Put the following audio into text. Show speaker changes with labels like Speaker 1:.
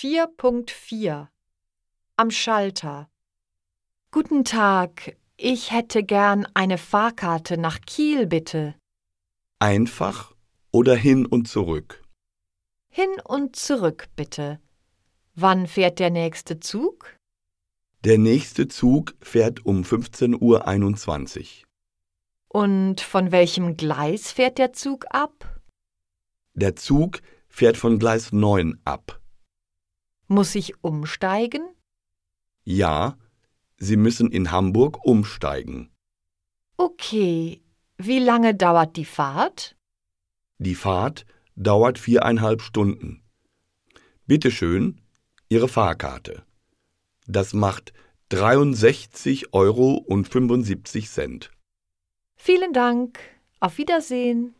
Speaker 1: 4.4 Am Schalter Guten Tag, ich hätte gern eine Fahrkarte nach Kiel bitte.
Speaker 2: Einfach oder hin und zurück?
Speaker 1: Hin und zurück bitte. Wann fährt der nächste Zug?
Speaker 2: Der nächste Zug fährt um 15.21 Uhr.
Speaker 1: Und von welchem Gleis fährt der Zug ab?
Speaker 2: Der Zug fährt von Gleis 9 ab.
Speaker 1: Muss ich umsteigen?
Speaker 2: Ja, Sie müssen in Hamburg umsteigen.
Speaker 1: Okay, wie lange dauert die Fahrt?
Speaker 2: Die Fahrt dauert viereinhalb Stunden. Bitte schön, Ihre Fahrkarte. Das macht 63,75 Euro.
Speaker 1: Vielen Dank, auf Wiedersehen.